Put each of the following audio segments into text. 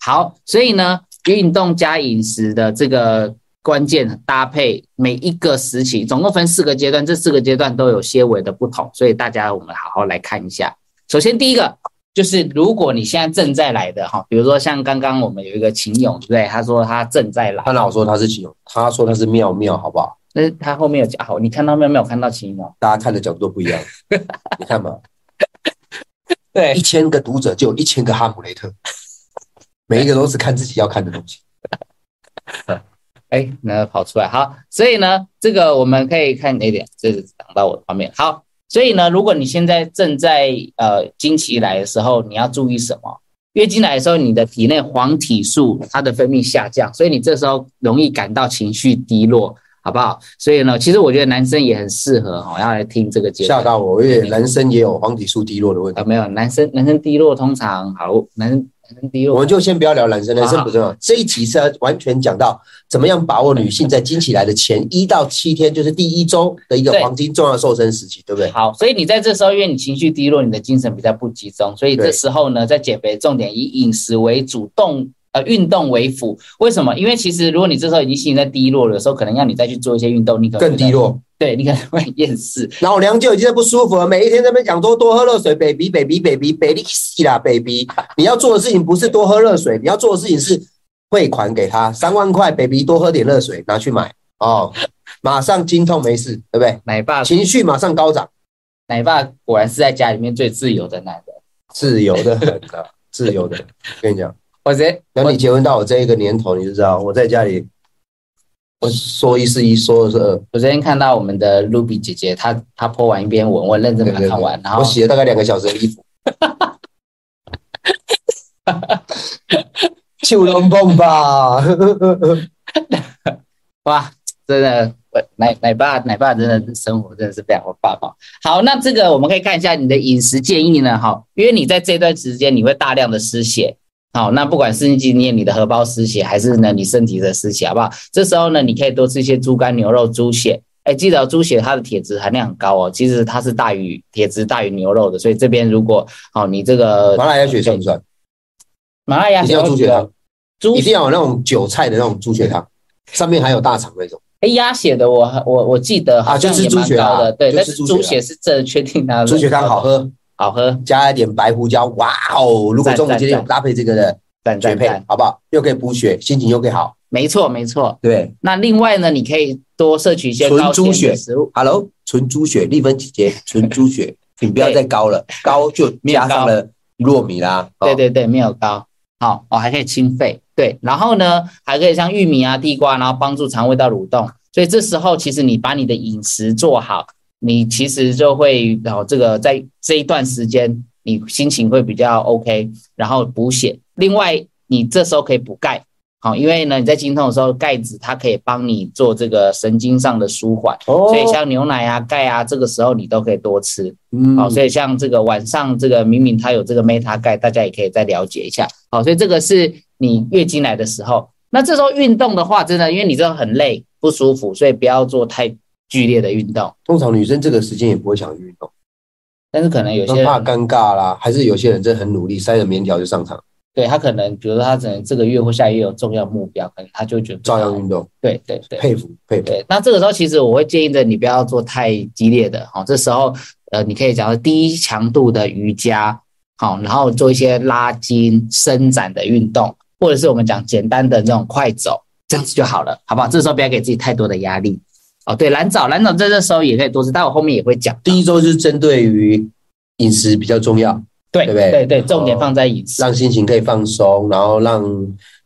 好，所以呢，运动加饮食的这个关键搭配，每一个时期总共分四个阶段，这四个阶段都有些微的不同，所以大家我们好好来看一下。首先第一个就是，如果你现在正在来的哈，比如说像刚刚我们有一个秦勇，对不对？他说他正在来，他老说他是秦勇，他说他是妙妙，好不好？那他后面有讲，好，你看到没有？没有看到秦勇，大家看的角度都不一样。你看嘛，对一千个读者就有一千个哈姆雷特，每一个都是看自己要看的东西。哎，那跑出来好，所以呢，这个我们可以看哪点？这是挡到我的画面。好，所以呢，如果你现在正在呃经期来的时候，你要注意什么？月经来的时候，你的体内黄体素它的分泌下降，所以你这时候容易感到情绪低落，好不好？所以呢，其实我觉得男生也很适合哦，要来听这个节目。吓到我，因为男生也有黄体素低落的问题啊，。没有，男生男生低落通常好，男生男生低落，我们就先不要聊男生，男生好不重要。这一集是要完全讲到怎么样把握女性在经期来的前一到七天，就是第一周的一个对黄金重要瘦身时期，对不对？好，所以你在这时候，因为你情绪低落，你的精神比较不集中，所以这对时候呢，在减肥重点以饮食为主动。呃，运动为辅，为什么？因为其实如果你这时候已经心情在低落的时候，可能要你再去做一些运动，你可能更低觉得，落，对你可能会厌世。老娘就已经在不舒服了，每一天在那边讲多多喝热水，baby baby baby baby 死啦，baby！你要做的事情不是多喝热水，你要做的事情是汇款给他三万块，baby 多喝点热水拿去买哦，马上经痛没事，对不对？奶爸，情绪马上高涨，奶爸果然是在家里面最自由的男人。自由的很啊，自由的。我跟你讲，我直接，等你结婚到我这一个年头，你就知道我在家里，我说一是一，说二是二。我昨天看到我们的 Ruby 姐姐，她她泼完一篇文，我认真把它看完，然后我洗了大概两个小时的衣 服。就龙 蹦吧，哇，真的，我奶奶爸奶爸真的生活真的是非常棒哦。好，那这个我们可以看一下你的饮食建议呢，哈，因为你在这段时间你会大量的失血，好，那不管是今天你的荷包失血，还是呢你身体的失血，好不好？这时候呢，你可以多吃一些猪肝、牛肉、猪血。哎，记得哦、猪血它的铁质含量很高哦，其实它是大于铁质大于牛肉的，所以这边如果哦你这个麻辣鸭血算不算？麻辣鸭一血定要猪血汤，猪一定要有那种韭菜的那种猪血汤，上面还有大肠那种。哎，鸭血的我我我记得好啊就像吃也猪蛮血高啊的，对，就但吃是猪猪血血是真的确定它猪血汤好喝，好喝，加一点白胡椒，哇哦！如果中午今天有赞搭配这个的赞绝赞配赞，，好不好？又可以补血，心情又可以好。没错没错。对那另外呢，你可以多摄取一些纯高猪纤的血食物， ，Hello，纯猪血，丽芬姐姐，纯猪血，你不要再高了，高就加上了糯米啦。哦对对对，没有高。好，哦，还可以清肺，对，然后呢，还可以像玉米啊、地瓜，然后帮助肠胃道蠕动。所以这时候，其实你把你的饮食做好，你其实就会哦，这个在这一段时间，你心情会比较 OK，然后补血。另外，你这时候可以补钙，好、因为呢你在经痛的时候，钙质它可以帮你做这个神经上的舒缓，哦所以像牛奶啊、钙啊，这个时候你都可以多吃。嗯好、所以像这个晚上这个明明它有这个 Meta 钙，大家也可以再了解一下。好、所以这个是你月经来的时候，那这时候运动的话，真的因为你知道很累不舒服，所以不要做太剧烈的运动。通常女生这个时间也不会想运动，但是可能有些都怕人尴尬啦，还是有些人真的很努力，塞了棉条就上场，对他可能，比如说他可能这个月或下个月有重要目标，可能他就觉得照样运动，对对对佩服佩服。对。那这个时候其实我会建议着你不要做太激烈的，好、这时候呃你可以讲到低强度的瑜伽，好、然后做一些拉筋、伸展的运动，或者是我们讲简单的那种快走，这样子就好了，好不好？这时候不要给自己太多的压力。哦，对，蓝藻，蓝藻在这时候也可以多吃，但我后面也会讲。第一周就是针对于饮食比较重要，对对不对对对，重点哦放在饮食。让心情可以放松，然后让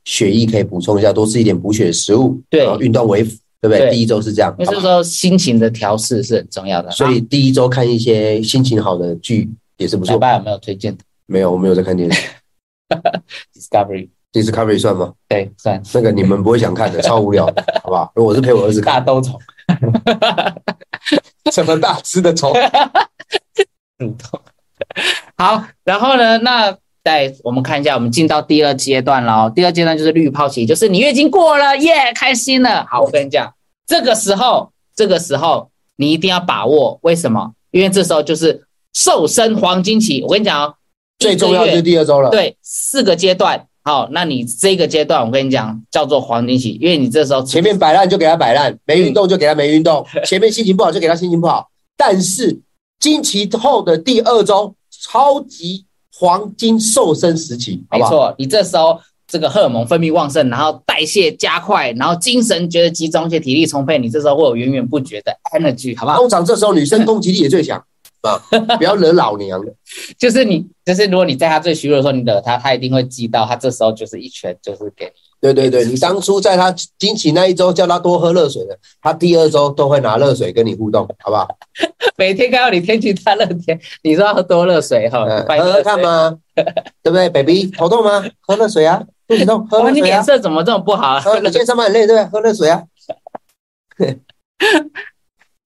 血液可以补充一下，多吃一点补血的食物，对然后运动为辅，对不对？对第一周是这样，因为这好时候心情的调试是很重要的。啊吧所以第一周看一些心情好的剧也是不奶错。爸有没有推荐的没有，我没有在看 电视 Discovery？ ，Discovery 算吗？对，算那个你们不会想看的，超无聊的，好不好？我是陪我儿子看， 大兜虫。什么大只的虫，主动。好，然后呢，那再我们看一下，我们进到第二阶段喽。第二阶段就是滤泡期，就是你月经过了，耶，开心了。好，我跟你讲，这个时候，这个时候你一定要把握，为什么？因为这时候就是瘦身黄金期。我跟你讲哦，最重要一就个是月第二周了。对四个阶段。好，那你这个阶段我跟你讲叫做黄金期，因为你这时候前面摆烂就给他摆烂，没运动就给他没运 动，前面心情不好就给他心情不好。但是经期后的第二周，超级黄金瘦身时期，好没不好？错，你这时候这个荷尔蒙分泌旺盛，然后代谢加快，然后精神觉得集中且体力充沛，你这时候会有源源不绝的 energy，好不好？通常这时候女生攻击力也 最强啊，不要惹老娘。就是你，就是如果你在他最虚弱的时候你惹他，他一定会记到，他这时候就是一拳就是给 你。对对对，你当初在她经期那一周叫她多喝热水的，她第二周都会拿热水跟你互动，好不好？每天看到你天气太热天，你说要喝多哦热水哈，嗯，拜喝喝看吗？对不对，baby？头痛吗？喝热水啊，肚子 痛，喝哇，热你水脸啊。色怎么这么不好啊？喝，你今天上班很累，对不对？喝热水啊。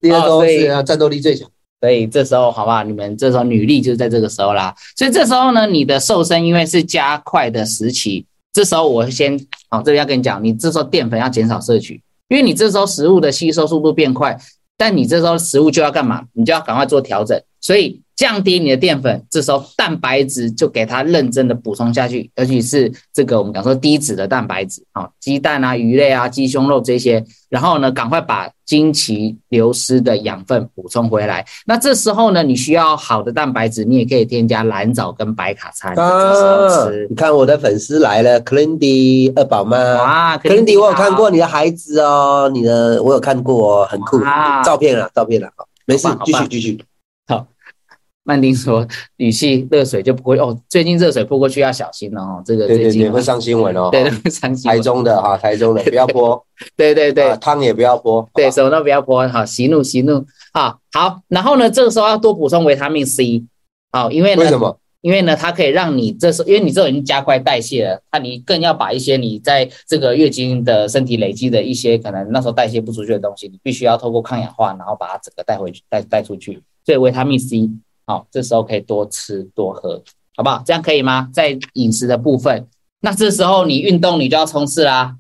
第二哦周所以是啊，战斗力最强。所以这时候好不好？你们这时候女力就是在这个时候啦。所以这时候呢，你的瘦身因为是加快的时期，这时候我先好、这里要跟你讲，你这时候淀粉要减少摄取，因为你这时候食物的吸收速度变快，但你这时候食物就要干嘛？你就要赶快做调整，所以降低你的淀粉，这时候蛋白质就给它认真的补充下去，尤其是这个我们讲说低脂的蛋白质啊、哦鸡蛋啊、鱼类啊、鸡胸肉这些，然后呢，赶快把经期流失的养分补充回来。那这时候呢，你需要好的蛋白质，你也可以添加蓝藻跟白卡餐，这时啊候吃，你看我的粉丝来了 c l i n d y 二宝妈哇 c l i n d y 我有看过你你的孩子哦，你的我有看过哦，很酷哇，照片啊了，照片了，好没事好棒，继好续棒继续。曼丁说，语气热水就不过哦，最近热水泼过去要小心了哦，这个对最对近对，会上新闻哦。 对对会伤心台，中的哈，台中的不要播，对对对啊，汤也不要播，好对，吧什么都不要泼，好，息怒息怒啊，好，然后呢，这个时候要多补充维他命 C，好、因为为什呢，么？因为呢，它可以让你这时候，因为你这时候已经加快代谢了，那你更要把一些你在这个月经的身体累积的一些可能那时候代谢不出去的东西，你必须要透过抗氧化，然后把它整个带回去，带带出去，所以维他命 C，好、这时候可以多吃多喝，好不好？这样可以吗？在饮食的部分，那这时候你运动你就要冲刺啦，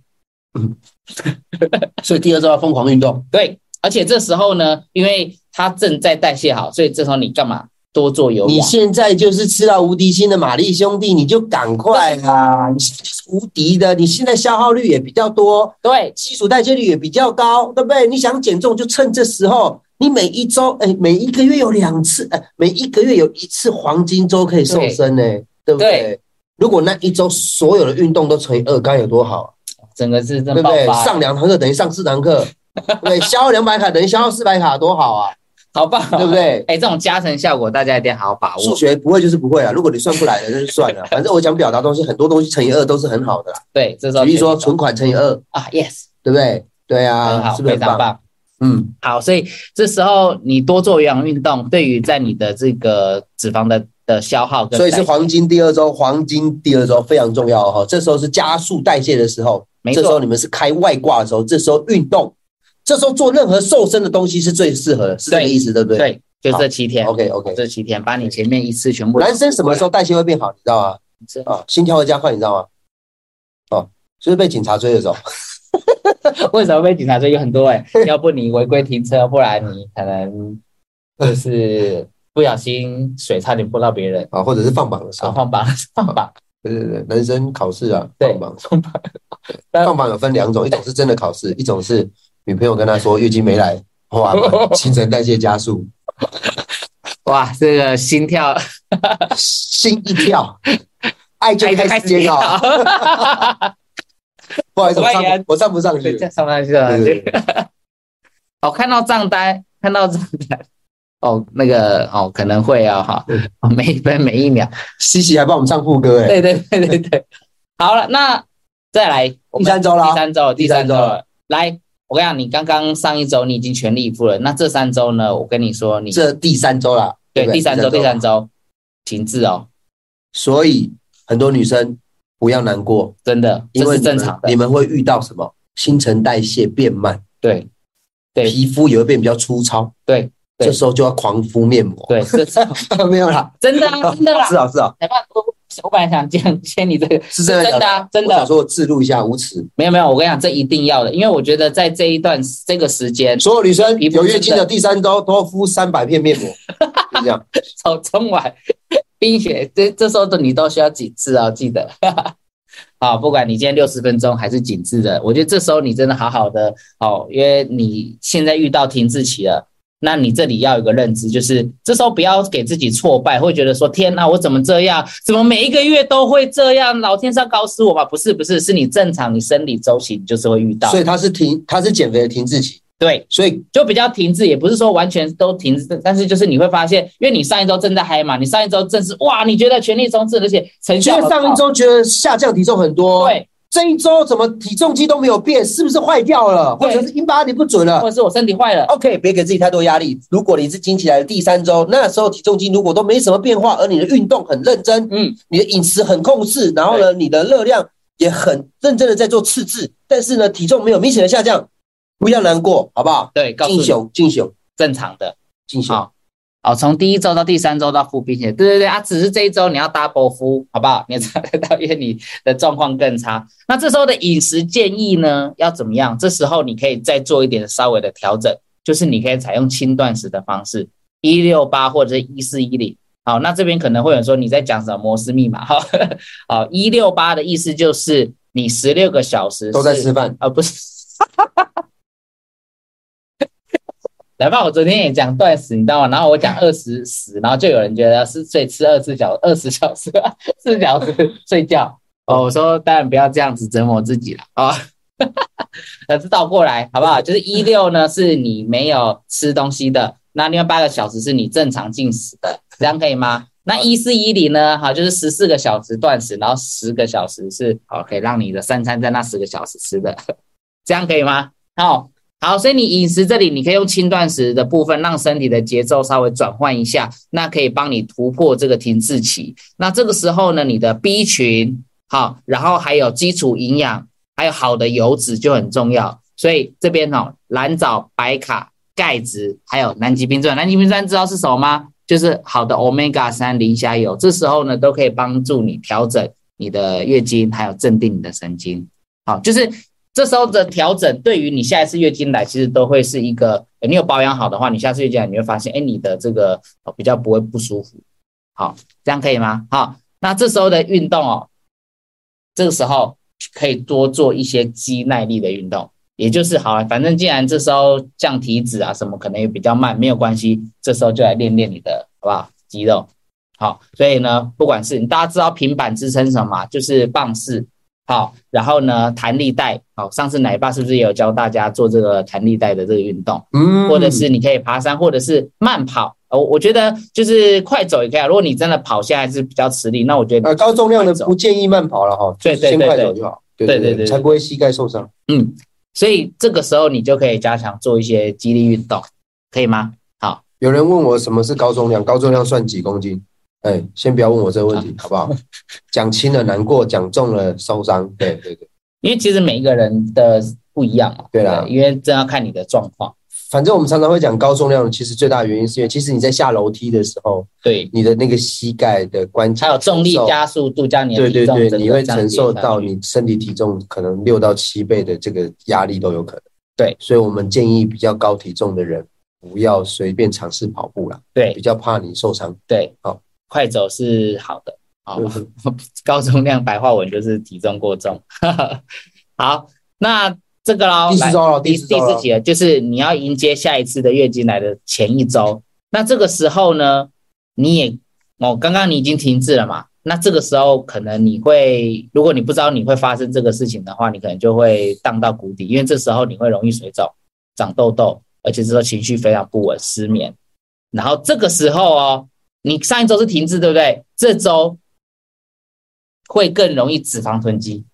所以第二周要疯狂运动，对，而且这时候呢，因为它正在代谢好，所以这时候你干嘛多做有你氧？现在就是吃到无敌星的玛丽兄弟，你就赶快啦！你现在是无敌的，你现在消耗率也比较多，对，基础代谢率也比较高，对不对？你想减重就趁这时候，你每一周，哎，每一个月有两次，哎，每一个月有一次黄金周可以瘦身呢、对不对对？如果那一周所有的运动都乘以二，该有多好啊，整个是对正不爆对？发，上两堂课等于上四堂课，对不对，消耗两百卡等于消耗四百卡，多好啊，好棒、对 不？对？哎，这种加成效果大家一定要好好把数握。学不会就是不会啊，如果你算不来的，那就算了。反正我想表达东西，很多东西乘以二都是很好的啦。对，这时候举例说全部存款乘以二，啊，yes，对不对？对很啊，好，是不是非很常棒？棒。嗯，好，所以这时候你多做有氧运动，对于在你的这个脂肪的的消耗跟代所谢，以是黄金第二周，黄金第二周非常重要哈、哦。这时候是加速代谢的时候，没这时错候，你们是开外挂的时候，这时候运动，这时候做任何瘦身的东西是最适合的，是这个对意思对不对？对，就这七天， OK OK。这七天把你前面一次全部男生什么时候代谢会变好，你知道吗？啊，心跳会加快，你知道吗？哦，就是被警察追的时候。 为什么被警察追？有很多 哎、要不你违规停车，不然你可能就是不小心水差点泼到别人，啊，或者是放榜的时 然后，候放榜放榜，对对对，男生考试啊，对放榜，放榜放榜有分两种，一种是真的考试，一种是女朋友跟他说月经没来，哇，新陈代谢加速，哇，这个心 跳心一跳，爱就开始哦煎熬。哈哈哈哈不好意思，我我也上我上不上 对，去这。样上班去了对对。对哦，看到账单，看到账单， 哦，那个哦，可能会啊、哈、哦，每一分每一 秒，西西还帮我们唱副歌哎，对对对对对。好了，那再来我第们三周第啦，三周，第三周第三周了。来，我跟你讲，你刚刚上一周你已经全力以赴了，那这三周呢？我跟你说，你这第三周啦，对不第三周，第三周。周停滞哦，所以很多女生不要难过，真的，因这为是你正们常的你。们会遇到什么？新陈代谢变慢，对对皮肤也会变比较粗糙，对对这时候就要狂敷面膜。对，这 没有啦，真的啊，真的啦是。啊是啊，哪怕我我本来想签签你这个，是真的假真的啊真的我想说我自录一下无耻，没有没有，我跟你讲，这一定要的，因为我觉得在这一段这个时间，所有女生皮肤有月经的第三周多敷三百片 面膜，就这样。 从中晚冰雪这这时候的你都需要几次啊？记得。啊，不管你今天六十分钟还是紧致的，我觉得这时候你真的好好的哦，因为你现在遇到停滞期了，那你这里要有个认知，就是这时候不要给自己挫败，会觉得说天哪，我怎么这样？怎么每一个月都会这样？老天是要搞死我吗？不是，不是，是你正常你生理周期你就是啊会遇到所，以它是停，它是减肥的停滞期，对。所以就比较停滞，也不是说完全都停滞，但是就是你会发现，因为你上一周正在嗨嘛，你上一周正是哇，你觉得全力冲刺，而且成觉效得很上好一周觉得下降体重很多，，啊对，这一周怎么体重机都没有变，是不是坏掉了，对或者是 InBody 不准或了者是我身体坏了， ？OK，别给自己太多压力。如果你是经期来的第三周，那时候体重机如果都没什么变化，而你的运动很认真，嗯，你的饮食很控制，然后呢，你的热量也很认真的在做赤字，但是呢，体重没有明显的下降，不要难过，好不好？对，告诉敬你雄，敬雄，正常的，敬雄。好，好，哦从第一周到第三周到敷冰鞋，对对对，啊，只是这一周你要 double 敷，好不好？你才会 到，因为你的状况更差。那这时候的饮食建议呢，要怎么样？这时候你可以再做一点稍微的调整，就是你可以采用轻断食的方式，一六八或者是一四一零。好，那这边可能会有人说你在讲什么摩斯密码？哈，好，一六八的意思就是你十六个小时都在是吃饭，啊，不是。来吧，我昨天也讲断食，你知道吗？然后我讲二十十，然后就有人觉得是睡吃二十小二十小时， 四小时睡觉。哦，我说当然不要这样子折磨自己了啊。 可是倒过来好不好？就是一六呢，是你没有吃东西的，那另外八个小时是你正常进食的，这样可以吗？那一四一零呢，好，就是十四个小时断食，然后十个小时是好，可以让你的三餐在那十个小时吃的，这样可以吗？好，好，所以你饮食这里你可以用轻断食的部分，让身体的节奏稍微转换一下，那可以帮你突破这个停滞期。那这个时候呢，你的 B 群好，然后还有基础营养，还有好的油脂就很重要。所以这边哦，蓝藻、白卡、钙质，还有南极冰钻。南极冰钻知道是什么吗？就是好的 omega 三磷虾油，这时候呢都可以帮助你调整你的月经，还有镇定你的神经。好，就是这时候的调整，对于你下一次月经来，其实都会是一个，呃你有保养好的话，你下次月经来你会发现，哎，你的这个呃比较不会不舒服。好，这样可以吗？好，那这时候的运动哦，这个时候可以多做一些肌耐力的运动，也就是好了，反正既然这时候降体脂啊什么可能也比较慢，没有关系，这时候就来练练你的好不好肌肉。好，所以呢，不管是你大家知道平板支撑什么嘛，就是棒式。好，然后呢，弹力带。好，上次奶爸是不是也有教大家做这个弹力带的这个运动？嗯或者是你可以爬山，或者是慢跑。呃，我我觉得就是快走也可以啊。如果你真的跑下来是比较吃力，那我觉得呃高重量的不建议慢跑了哈，对对先对快对走就好，对对对对对对，才不会膝盖受伤。嗯，所以这个时候你就可以加强做一些肌力运动，可以吗？好，有人问我什么是高重量，高重量算几公斤？哎，先不要问我这啊个问题，好不好？讲轻了难过，讲重了受伤。对对对，因为其实每一个人的不一样嘛，对啦因为真要看你的状况。反正我们常常会讲高重量，其实最大的原因是因为，其实你在下楼梯的时候，对，你的那个膝盖的关节还有重力承受加速度加你的对体对重，对，整个你会降承低嗯受下到去你身体体重可能六到七倍的这个压力都有可能。对，所以我们建议比较高体重的人不要随便尝试跑步啦，比对较怕你受伤。对，好，快走是好的，好对，高重量白话文就是体重过重。 好，那这个喽，第四来周了，第第四周啊第四了，节就是你要迎接下一次的月经来的前一周。那这个时候呢，你也哦，刚刚你已经停滞了嘛？那这个时候可能你会，如果你不知道你会发生这个事情的话，你可能就会荡到谷底，因为这时候你会容易水肿、长痘痘，而且这时候情绪非常不稳、失眠。然后这个时候哦，你上一周是停滞，对不对？这周会更容易脂肪囤积。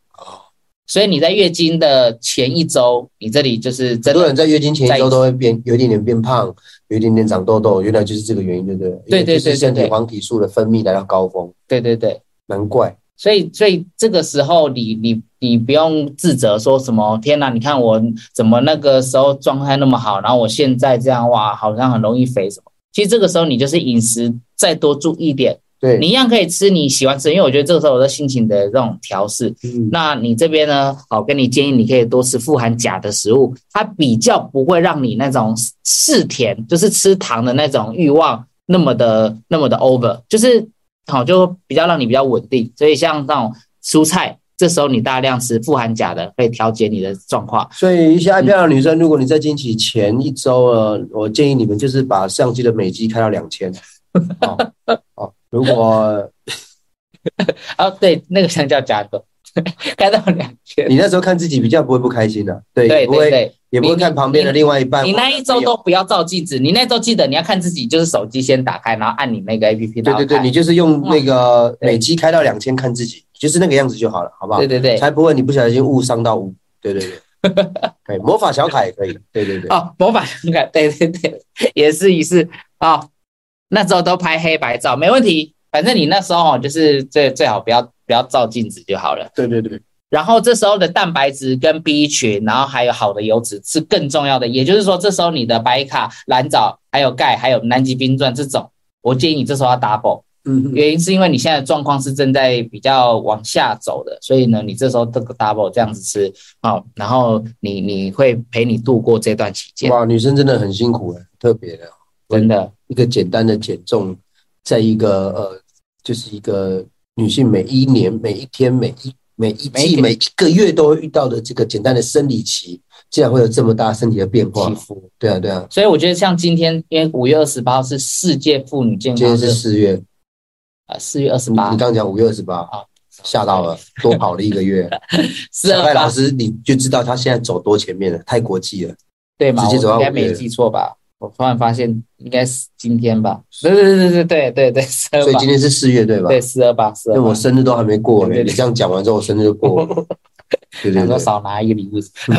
所以你在月经的前一周，你这里就是很真多的人在月经前在一周都会变有一点点变胖，有一点点长痘痘，原来就是这个原因，对不对？对对对就是身对体对黄体素的分泌来到高峰，对对对，难怪。所以所以这个时候你你你不用自责，说什么天哪，你看我怎么那个时候状态那么好，然后我现在这样哇，好像很容易肥什么。其实这个时候你就是饮食再多注意一点，对，你一样可以吃你喜欢吃，因为我觉得这个时候我的心情的这种调试，嗯那你这边呢？好，跟你建议，你可以多吃富含钾的食物，它比较不会让你那种嗜甜，就是吃糖的那种欲望那么的那么的 over，就是好就比较让你比较稳定。所以像那种蔬菜这时候你大量吃富含钾的，可以调节你的状况。所以一些爱漂亮的女嗯生，如果你在经期前一周呢，我建议你们就是把相机的美肌开到 两千。哦哦，如果哦，对，那个香蕉夹的， 开到两千。你那时候看自己比较不会不开心的、啊对，对也不会对对，也不会看旁边的另外一半。你那一周都不要照镜子，你那周记得你要看自己，就是手机先打开，然后按你那个 A P P。对对对，你就是用嗯那个美肌开到两千看自己，就是那个样子就好了，好不好对？对对。才不会你不小心误伤到五。对对 对，可以魔法小凯也可以。对对对，哦，魔法勇敢，对对对，也是一试哦。那时候都拍黑白照，没问题，反正你那时候哦，就是最最好不要不要照镜子就好了。对对对，然后这时候的蛋白质跟 B 群，然后还有好的油脂是更重要的。也就是说，这时候你的白卡、蓝藻、还有钙、还有南极冰钻这种，我建议你这时候要 double。嗯嗯，原因是因为你现在的状况是正在比较往下走的，所以呢，你这时候这个 double 这样子吃，好、然后你你会陪你度过这段期间，哇，女生真的很辛苦了，特别的。真的。一个简单的减重，在一个呃，就是一个女性每一年、每一天、每一每一每一季、天每一个月都会遇到的这个简单的生理期，竟然会有这么大身体的变化起。伏。对啊，对啊，所以我觉得像今天，因为五月二十八号是世界妇女健今康天是嗯日，四月，啊，四月二十你八你，刚讲五月二十八好，啊吓到了，多跑了一 个月。四小二戴老八师，你就知道他现在走多前面了，太国际了。对吗？直接走我到应该五月没记错吧？我突然发现应该是今天吧？对对对对对对对，四二所以八今，天是四月对吧？对四二八四因为二我八。生日都还没过呢，对对你对这样讲完之后，我生日就 过了。对对想说对，少拿一个礼物，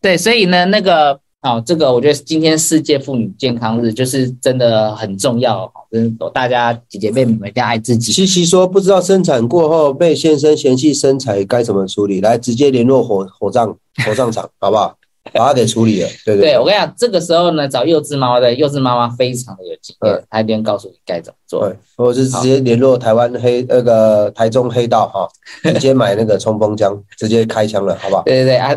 对，所以呢，那个哦，这个我觉得今天世界妇女健康日就是真的很重要，哦真的大家姐姐妹妹们一定要爱自己。西西说不知道生产过后被先生嫌弃身材该怎么处理，来直接联络火 火葬火葬场，好不好？把它给处理了。对对对我跟你讲，这个时候呢，找幼稚妈妈的幼稚妈妈非常的有经验嗯，她一定告诉你该怎么做。对，或者是直接联络台湾黑那个台中黑道哈， 直接买那个冲锋枪，直接开枪了，好不好？对对对啊，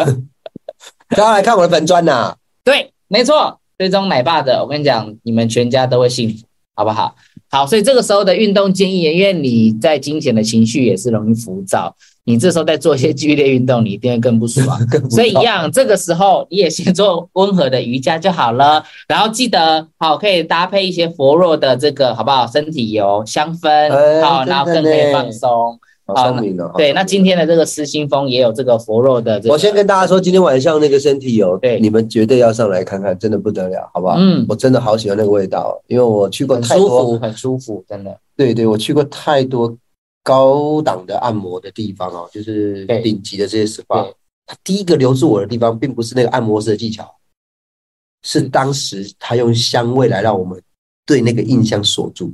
大家来看我的粉砖呐，对，没错，最终奶爸的，我跟你讲，你们全家都会幸福，好不好？好，所以这个时候的运动建议，因为你在金钱的情绪也是容易浮躁，你这时候在做一些剧烈运动，你一定会更不舒服。所以一样，这个时候你也先做温和的瑜伽就好了， 然后记得好可以搭配一些佛若的这个好不好？身体油、香哎氛，好，然后真的更可以呢放松。好聪明哦。啊对，那今天的这个失心疯也有这个佛若的这个，我先跟大家说，今天晚上那个身体油对，你们绝对要上来看看，真的不得了，好不好？嗯，我真的好喜欢那个味道，因为我去过很太舒多服，很舒服，真的。对对，我去过太多高档的按摩的地方哦，就是对顶级的这些 SPA 对。他第一个留住我的地方，并不是那个按摩师的技巧，是嗯当时他用香味来让我们对那个印象锁住。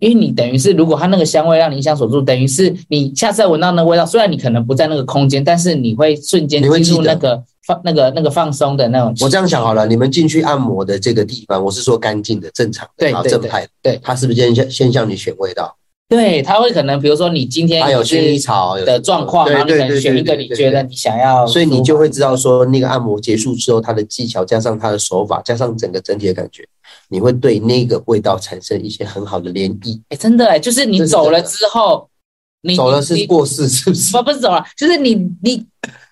因为你等于是，如果它那个香味让你影响锁住，等于是你下次再闻到那个味道，虽然你可能不在那个空间，但是你会瞬间你会进入记得那个放那个那个放松的那种。我这样想好了，你们进去按摩的这个地方，我是说干净的、正常的，对然后对正派的，对他是不是先向先向你选味道？对，它会可能比如说你今天他有薰衣是草有的状况，对然后你对可能对，选一个对你觉得。你想要，所以你就会知道说，那个按摩结束之后，它的技巧加上它的手法，加上整个整体的感觉，你会对那个味道产生一些很好的涟漪。哎，真的哎，就是你这是走了真的之后，你走了你是你过世，是 不是？不不是走了，就是你你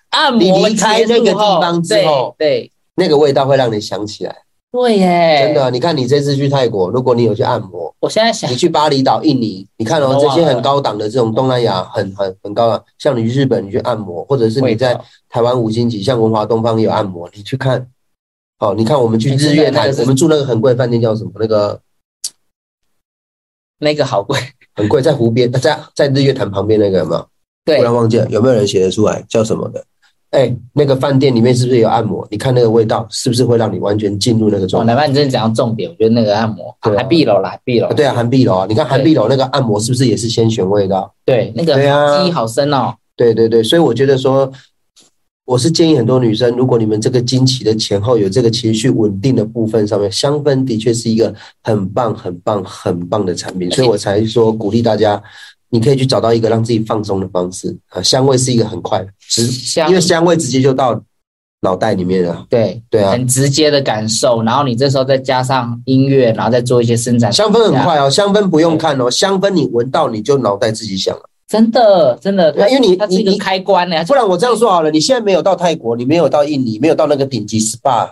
按你摩离开那个结束地方之对后对那个味道会让你想起来，对耶，真的啊、你看你这次去泰国，如果你有去 按摩，我现在想你去巴厘岛、印尼，你看哦都，这忘些了很高档的这种东南亚，很很很高档。像你去日本，你去按摩，或者是味你在道台湾五星级，像文华东方也有按摩，你去看。哦，你看我们去哎日真的月那潭个，是我们住那个很贵的饭店叫什么？那个那个好贵，很贵，在湖边，呃在在日月潭旁边那个有没有？对突然忘记了，有没有人写得出来叫什么的？哎、那个饭店里面是不是有按摩？你看那个味道，是不是会让你完全进入那个哇，状态？奶爸，你真的讲到重点，我觉得那个按摩对啊韩碧楼啦，韩碧楼，对啊，韩碧楼啊，你看韩碧楼那个按摩是不是也是先选味道？对，那个对啊记忆好深哦，对对对，所以我觉得说，我是建议很多女生，如果你们这个经期的前后有这个情绪稳定的部分上面，香氛的确是一个很棒、很棒、很棒的产品，所以我才说鼓励大家，你可以去找到一个让自己放松的方式啊。香味是一个很快的，直香因为香味直接就到脑袋里面了。对，对啊，很直接的感受，然后你这时候再加上音乐，然后再做一些伸展，香氛很快哦，香氛不用看哦，香氛你闻到你就脑袋自己想了，真的真的，对啊因为你它是一你个你开关呢，它不然我这样说好了，你现在没有到泰国，你没有到印尼，没有到那个顶级 SPA，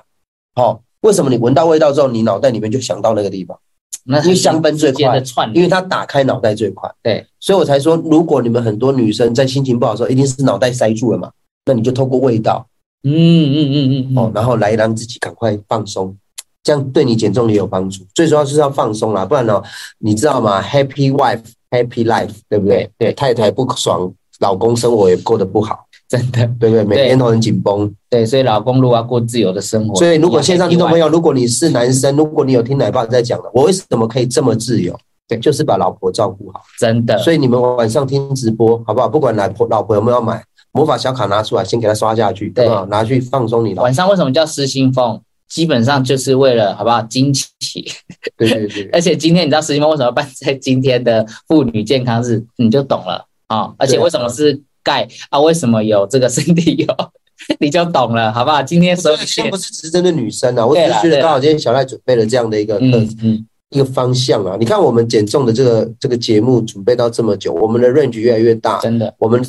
好、为什么你闻到味道之后，你脑袋里面就想到那个地方？那因为香氛最快之间的串因联，为它打开脑袋最快。嗯对，所以我才说，如果你们很多女生在心情不好的时候，一定是脑袋塞住了嘛，那你就透过味道嗯嗯嗯嗯哦嗯，，然后来让自己赶快放松，这样对你减重也有帮助。最重要是要放松啦，不然哦，你知道吗？Happy wife, happy life，对不对？对对太太不爽，老公生活也过得不好，真的对不对？每对天都很紧绷。对，所以老公如果要过自由的生活，所以，如果线上听众朋友友，如哦果你是男生，如果你有听奶爸在讲的，我为什么可以这么自由？对就是把老婆照顾好。真的，所以你们晚上听直播好不好？不管老婆老婆有没有买，魔法小卡拿出来，先给她刷下去，对对吧？拿去放松你老婆。晚上为什么叫失心疯？基本上就是为了好不好惊奇， 对对对，而且今天你知道失心疯为什么办在今天的妇女健康日，你就懂了啊、而且为什么是钙啊？为什么有这个身体有， 你就懂了，好不好？今天所所有以一 先切不是只是针对女生啊，我只对是啦觉对得啦刚好今天小赖准备了这样的一个课嗯嗯，一个方向啊。你看我们减重的这个这个节目准备到这么久，我们的 range 越来越大，真的嗯我们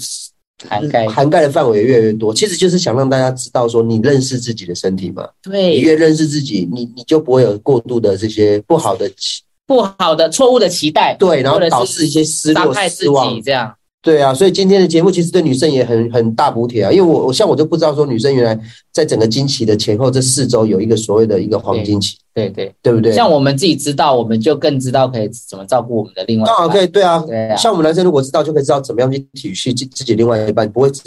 涵盖涵盖的范围也越来越多，其实就是想让大家知道说，你认识自己的身体嘛。你对越认识自己，你你就不会有过度的这些不好的期不好的错误的期待，对，然后或者是导致一些失伤落、害自失望己。这样，对啊，所以今天的节目其实对女生也很很大补贴啊，因为我我像我就不知道说女生原来在整个经期的前后这四周有一个所谓的一个黄金期，对对。对不对？像我们自己知道，我们就更知道可以怎么照顾我们的另外刚好一可半。以，对啊，对啊，像我们男生如果知道，就可以知道怎么样去体恤自自己另外一半，不会只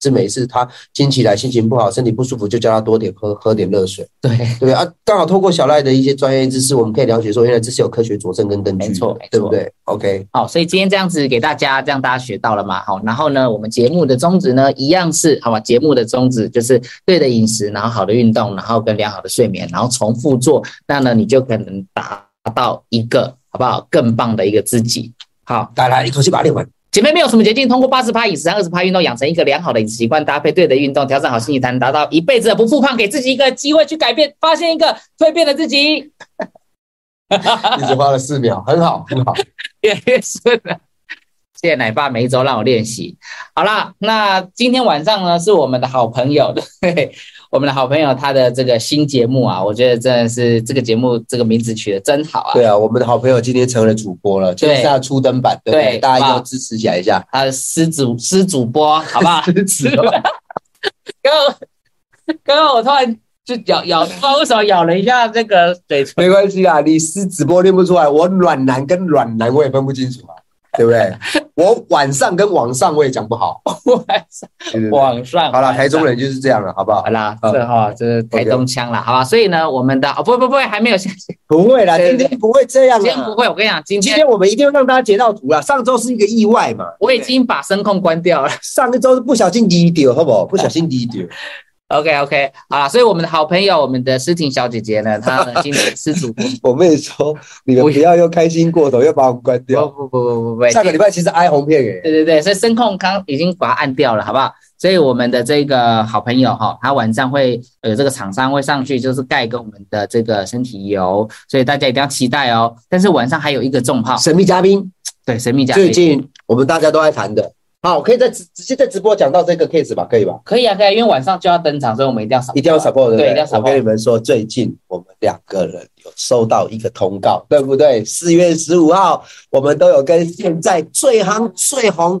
是每一次他经期来心情不好、身体不舒服，就叫他多点喝喝点热水，对，对不对啊？刚好透过小赖的一些专业知识，我们可以了解说，原来这是有科学佐证跟根据的，没错没错对不对？OK，好，所以今天这样子给大家，这样大家学到了嘛？好，然后呢，我们节目的宗旨呢，一样是好吧？节目的宗旨就是对的饮食，然后好的运动，然后跟良好的睡眠，然后重复做，那呢，你就可能达到一个好不好更棒的一个自己。好，大家来一口气把它练完。姐妹没有什么捷径，通过八十趴饮食和二十趴运动，养成一个良好的饮食习惯，搭配对的运动，调整好心情，才能达到一辈子的不复胖，给自己一个机会去改变，发现一个蜕变的自己，你只花了四秒，很好，很好。越来越顺了。谢谢奶爸每一周让我练习。好啦，那今天晚上呢是我们的好朋友的，对我们的好朋友他的这个新节目啊，我觉得真的是这个节目这个名字取得真好啊。对啊，我们的好朋友今天成了主播了，今天是他的初登版，对不对对？大好家不要好支持起来一下。他的师主师主播，好不好？支持吧刚刚刚刚我突然就咬咬，不知道为什么咬了一下这个嘴唇。 没关系啊，你是直播练不出来，我暖男跟软男我也分不清楚啊， 对不对？我晚上跟网上我也讲不好。晚上 对对对往上，好了，台中人就是这样了，好不好好？啦，嗯这哈这是台中腔了，好吧？所以呢，我们的哦不不不会还没有下，今不会啦，对对今对天不会这样天不啦。会，我跟你讲，今今天天我们一定要让大家截到图啦。啊上周是一个意外嘛，我已经把声控关掉了。上一周是不小心滴丢，好不好？不小心滴 丢。 OK OK 啊，所以我们的好朋友，我们的诗婷小姐姐呢，她呢今天是主播，我妹说，你们不要又开心过头，又把我们关掉。不不不不不不，上个礼拜其实哀鸿遍野，对对对，所以声控刚已经把它按掉了，好不好？所以我们的这个好朋友哈、他晚上会呃这个厂商会上去，就是盖跟我们的这个身体油，所以大家一定要期待哦。但是晚上还有一个重炮，神秘嘉宾，对神秘嘉最宾，近我们大家都在谈的。好，可以在直直接在直播讲到这个 case 吧，可以吧？可以啊可以啊，因为晚上就要登场，所以我们一定要上，一定要 support 对不对一定要 support 我跟你们说，最近我们两个人有收到一个通告，对不对？四月十五号，我们都有跟现在最夯最红，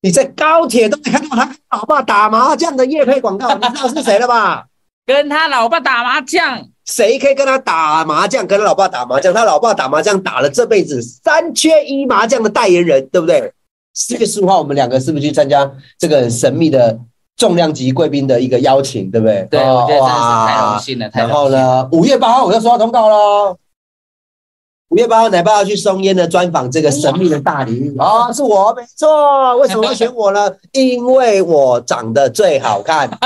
你在高铁都没看到他跟老爸打麻将的夜配广 告，你知道是谁了吧？跟他老爸打麻将，谁可以跟他打麻将？跟他老爸打麻将，他老爸打麻将打了这辈子三缺一麻将的代言人，对不对？四月十五号，我们两个是不是去参加这个很神秘的重量级贵宾的一个邀请，对不对？对、我觉得真的是太荣哦哇！幸了，太然荣后幸了。呢，五月八号我又收到通告喽。五月八号，奶爸要去松烟的专访这个神哎秘的大领域啊、哦，是我没错。为什么会选我 呢？因为我长得最好看。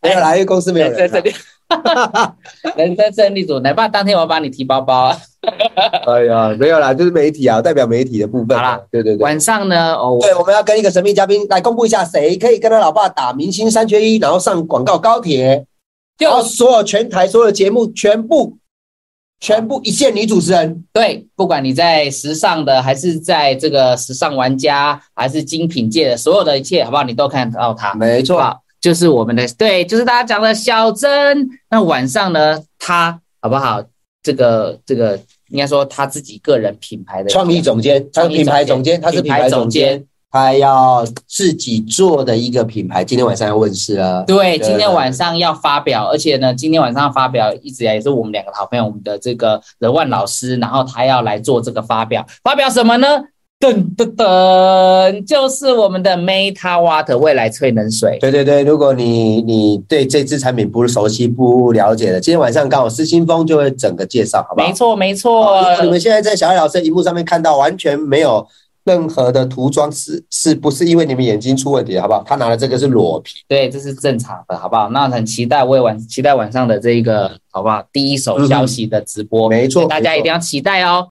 没有啦，因为公司没有人人生啊胜。 利，人生胜利组，奶爸当天我要帮你提包包啊。哎呀，没有啦，就是媒体啊，代表媒体的部分啊。好啦对对对。晚上呢，哦，我对，我们要跟一个神秘嘉宾来公布一下，谁可以跟他老爸打明星三缺一，哦然后上广告高铁，然后就所有全台所有节目全部全部一线女主持人，对，不管你在时尚的，还是在这个时尚玩家，还是精品界的，所有的一切，好不好？你都看得到他，没好不，好？就是我们的对，就是大家讲的小珍。那晚上呢，她好不好？这个这个，应该说她自己个人品牌的创意总监，他是品牌总监，他品是品牌牌总总监监，他要自己做的一个品牌，今天晚上要问世了。对，对今天晚上要发表，而且呢，今天晚上发表一直以来也是我们两个的好朋友，我们的这个任万老师，然后他要来做这个发表，发表什么呢？噔噔噔，就是我们的 Meta Water 未来萃能水。对对对，如果你你对这支产品不熟悉、不了解的，今天晚上刚好施新峰就会整个介绍，好不好？没错，没哦错如，果你们现在在小爱老师的荧幕上面看到完全没有任何的涂装，是是不是因为你们眼睛出问题，好不好？他拿的这个是裸皮，对，这是正常的，好不好？那很期待，我也晚期待晚上的这一个，好不好？第一手消息的直播，没错大家一定要要期待哦。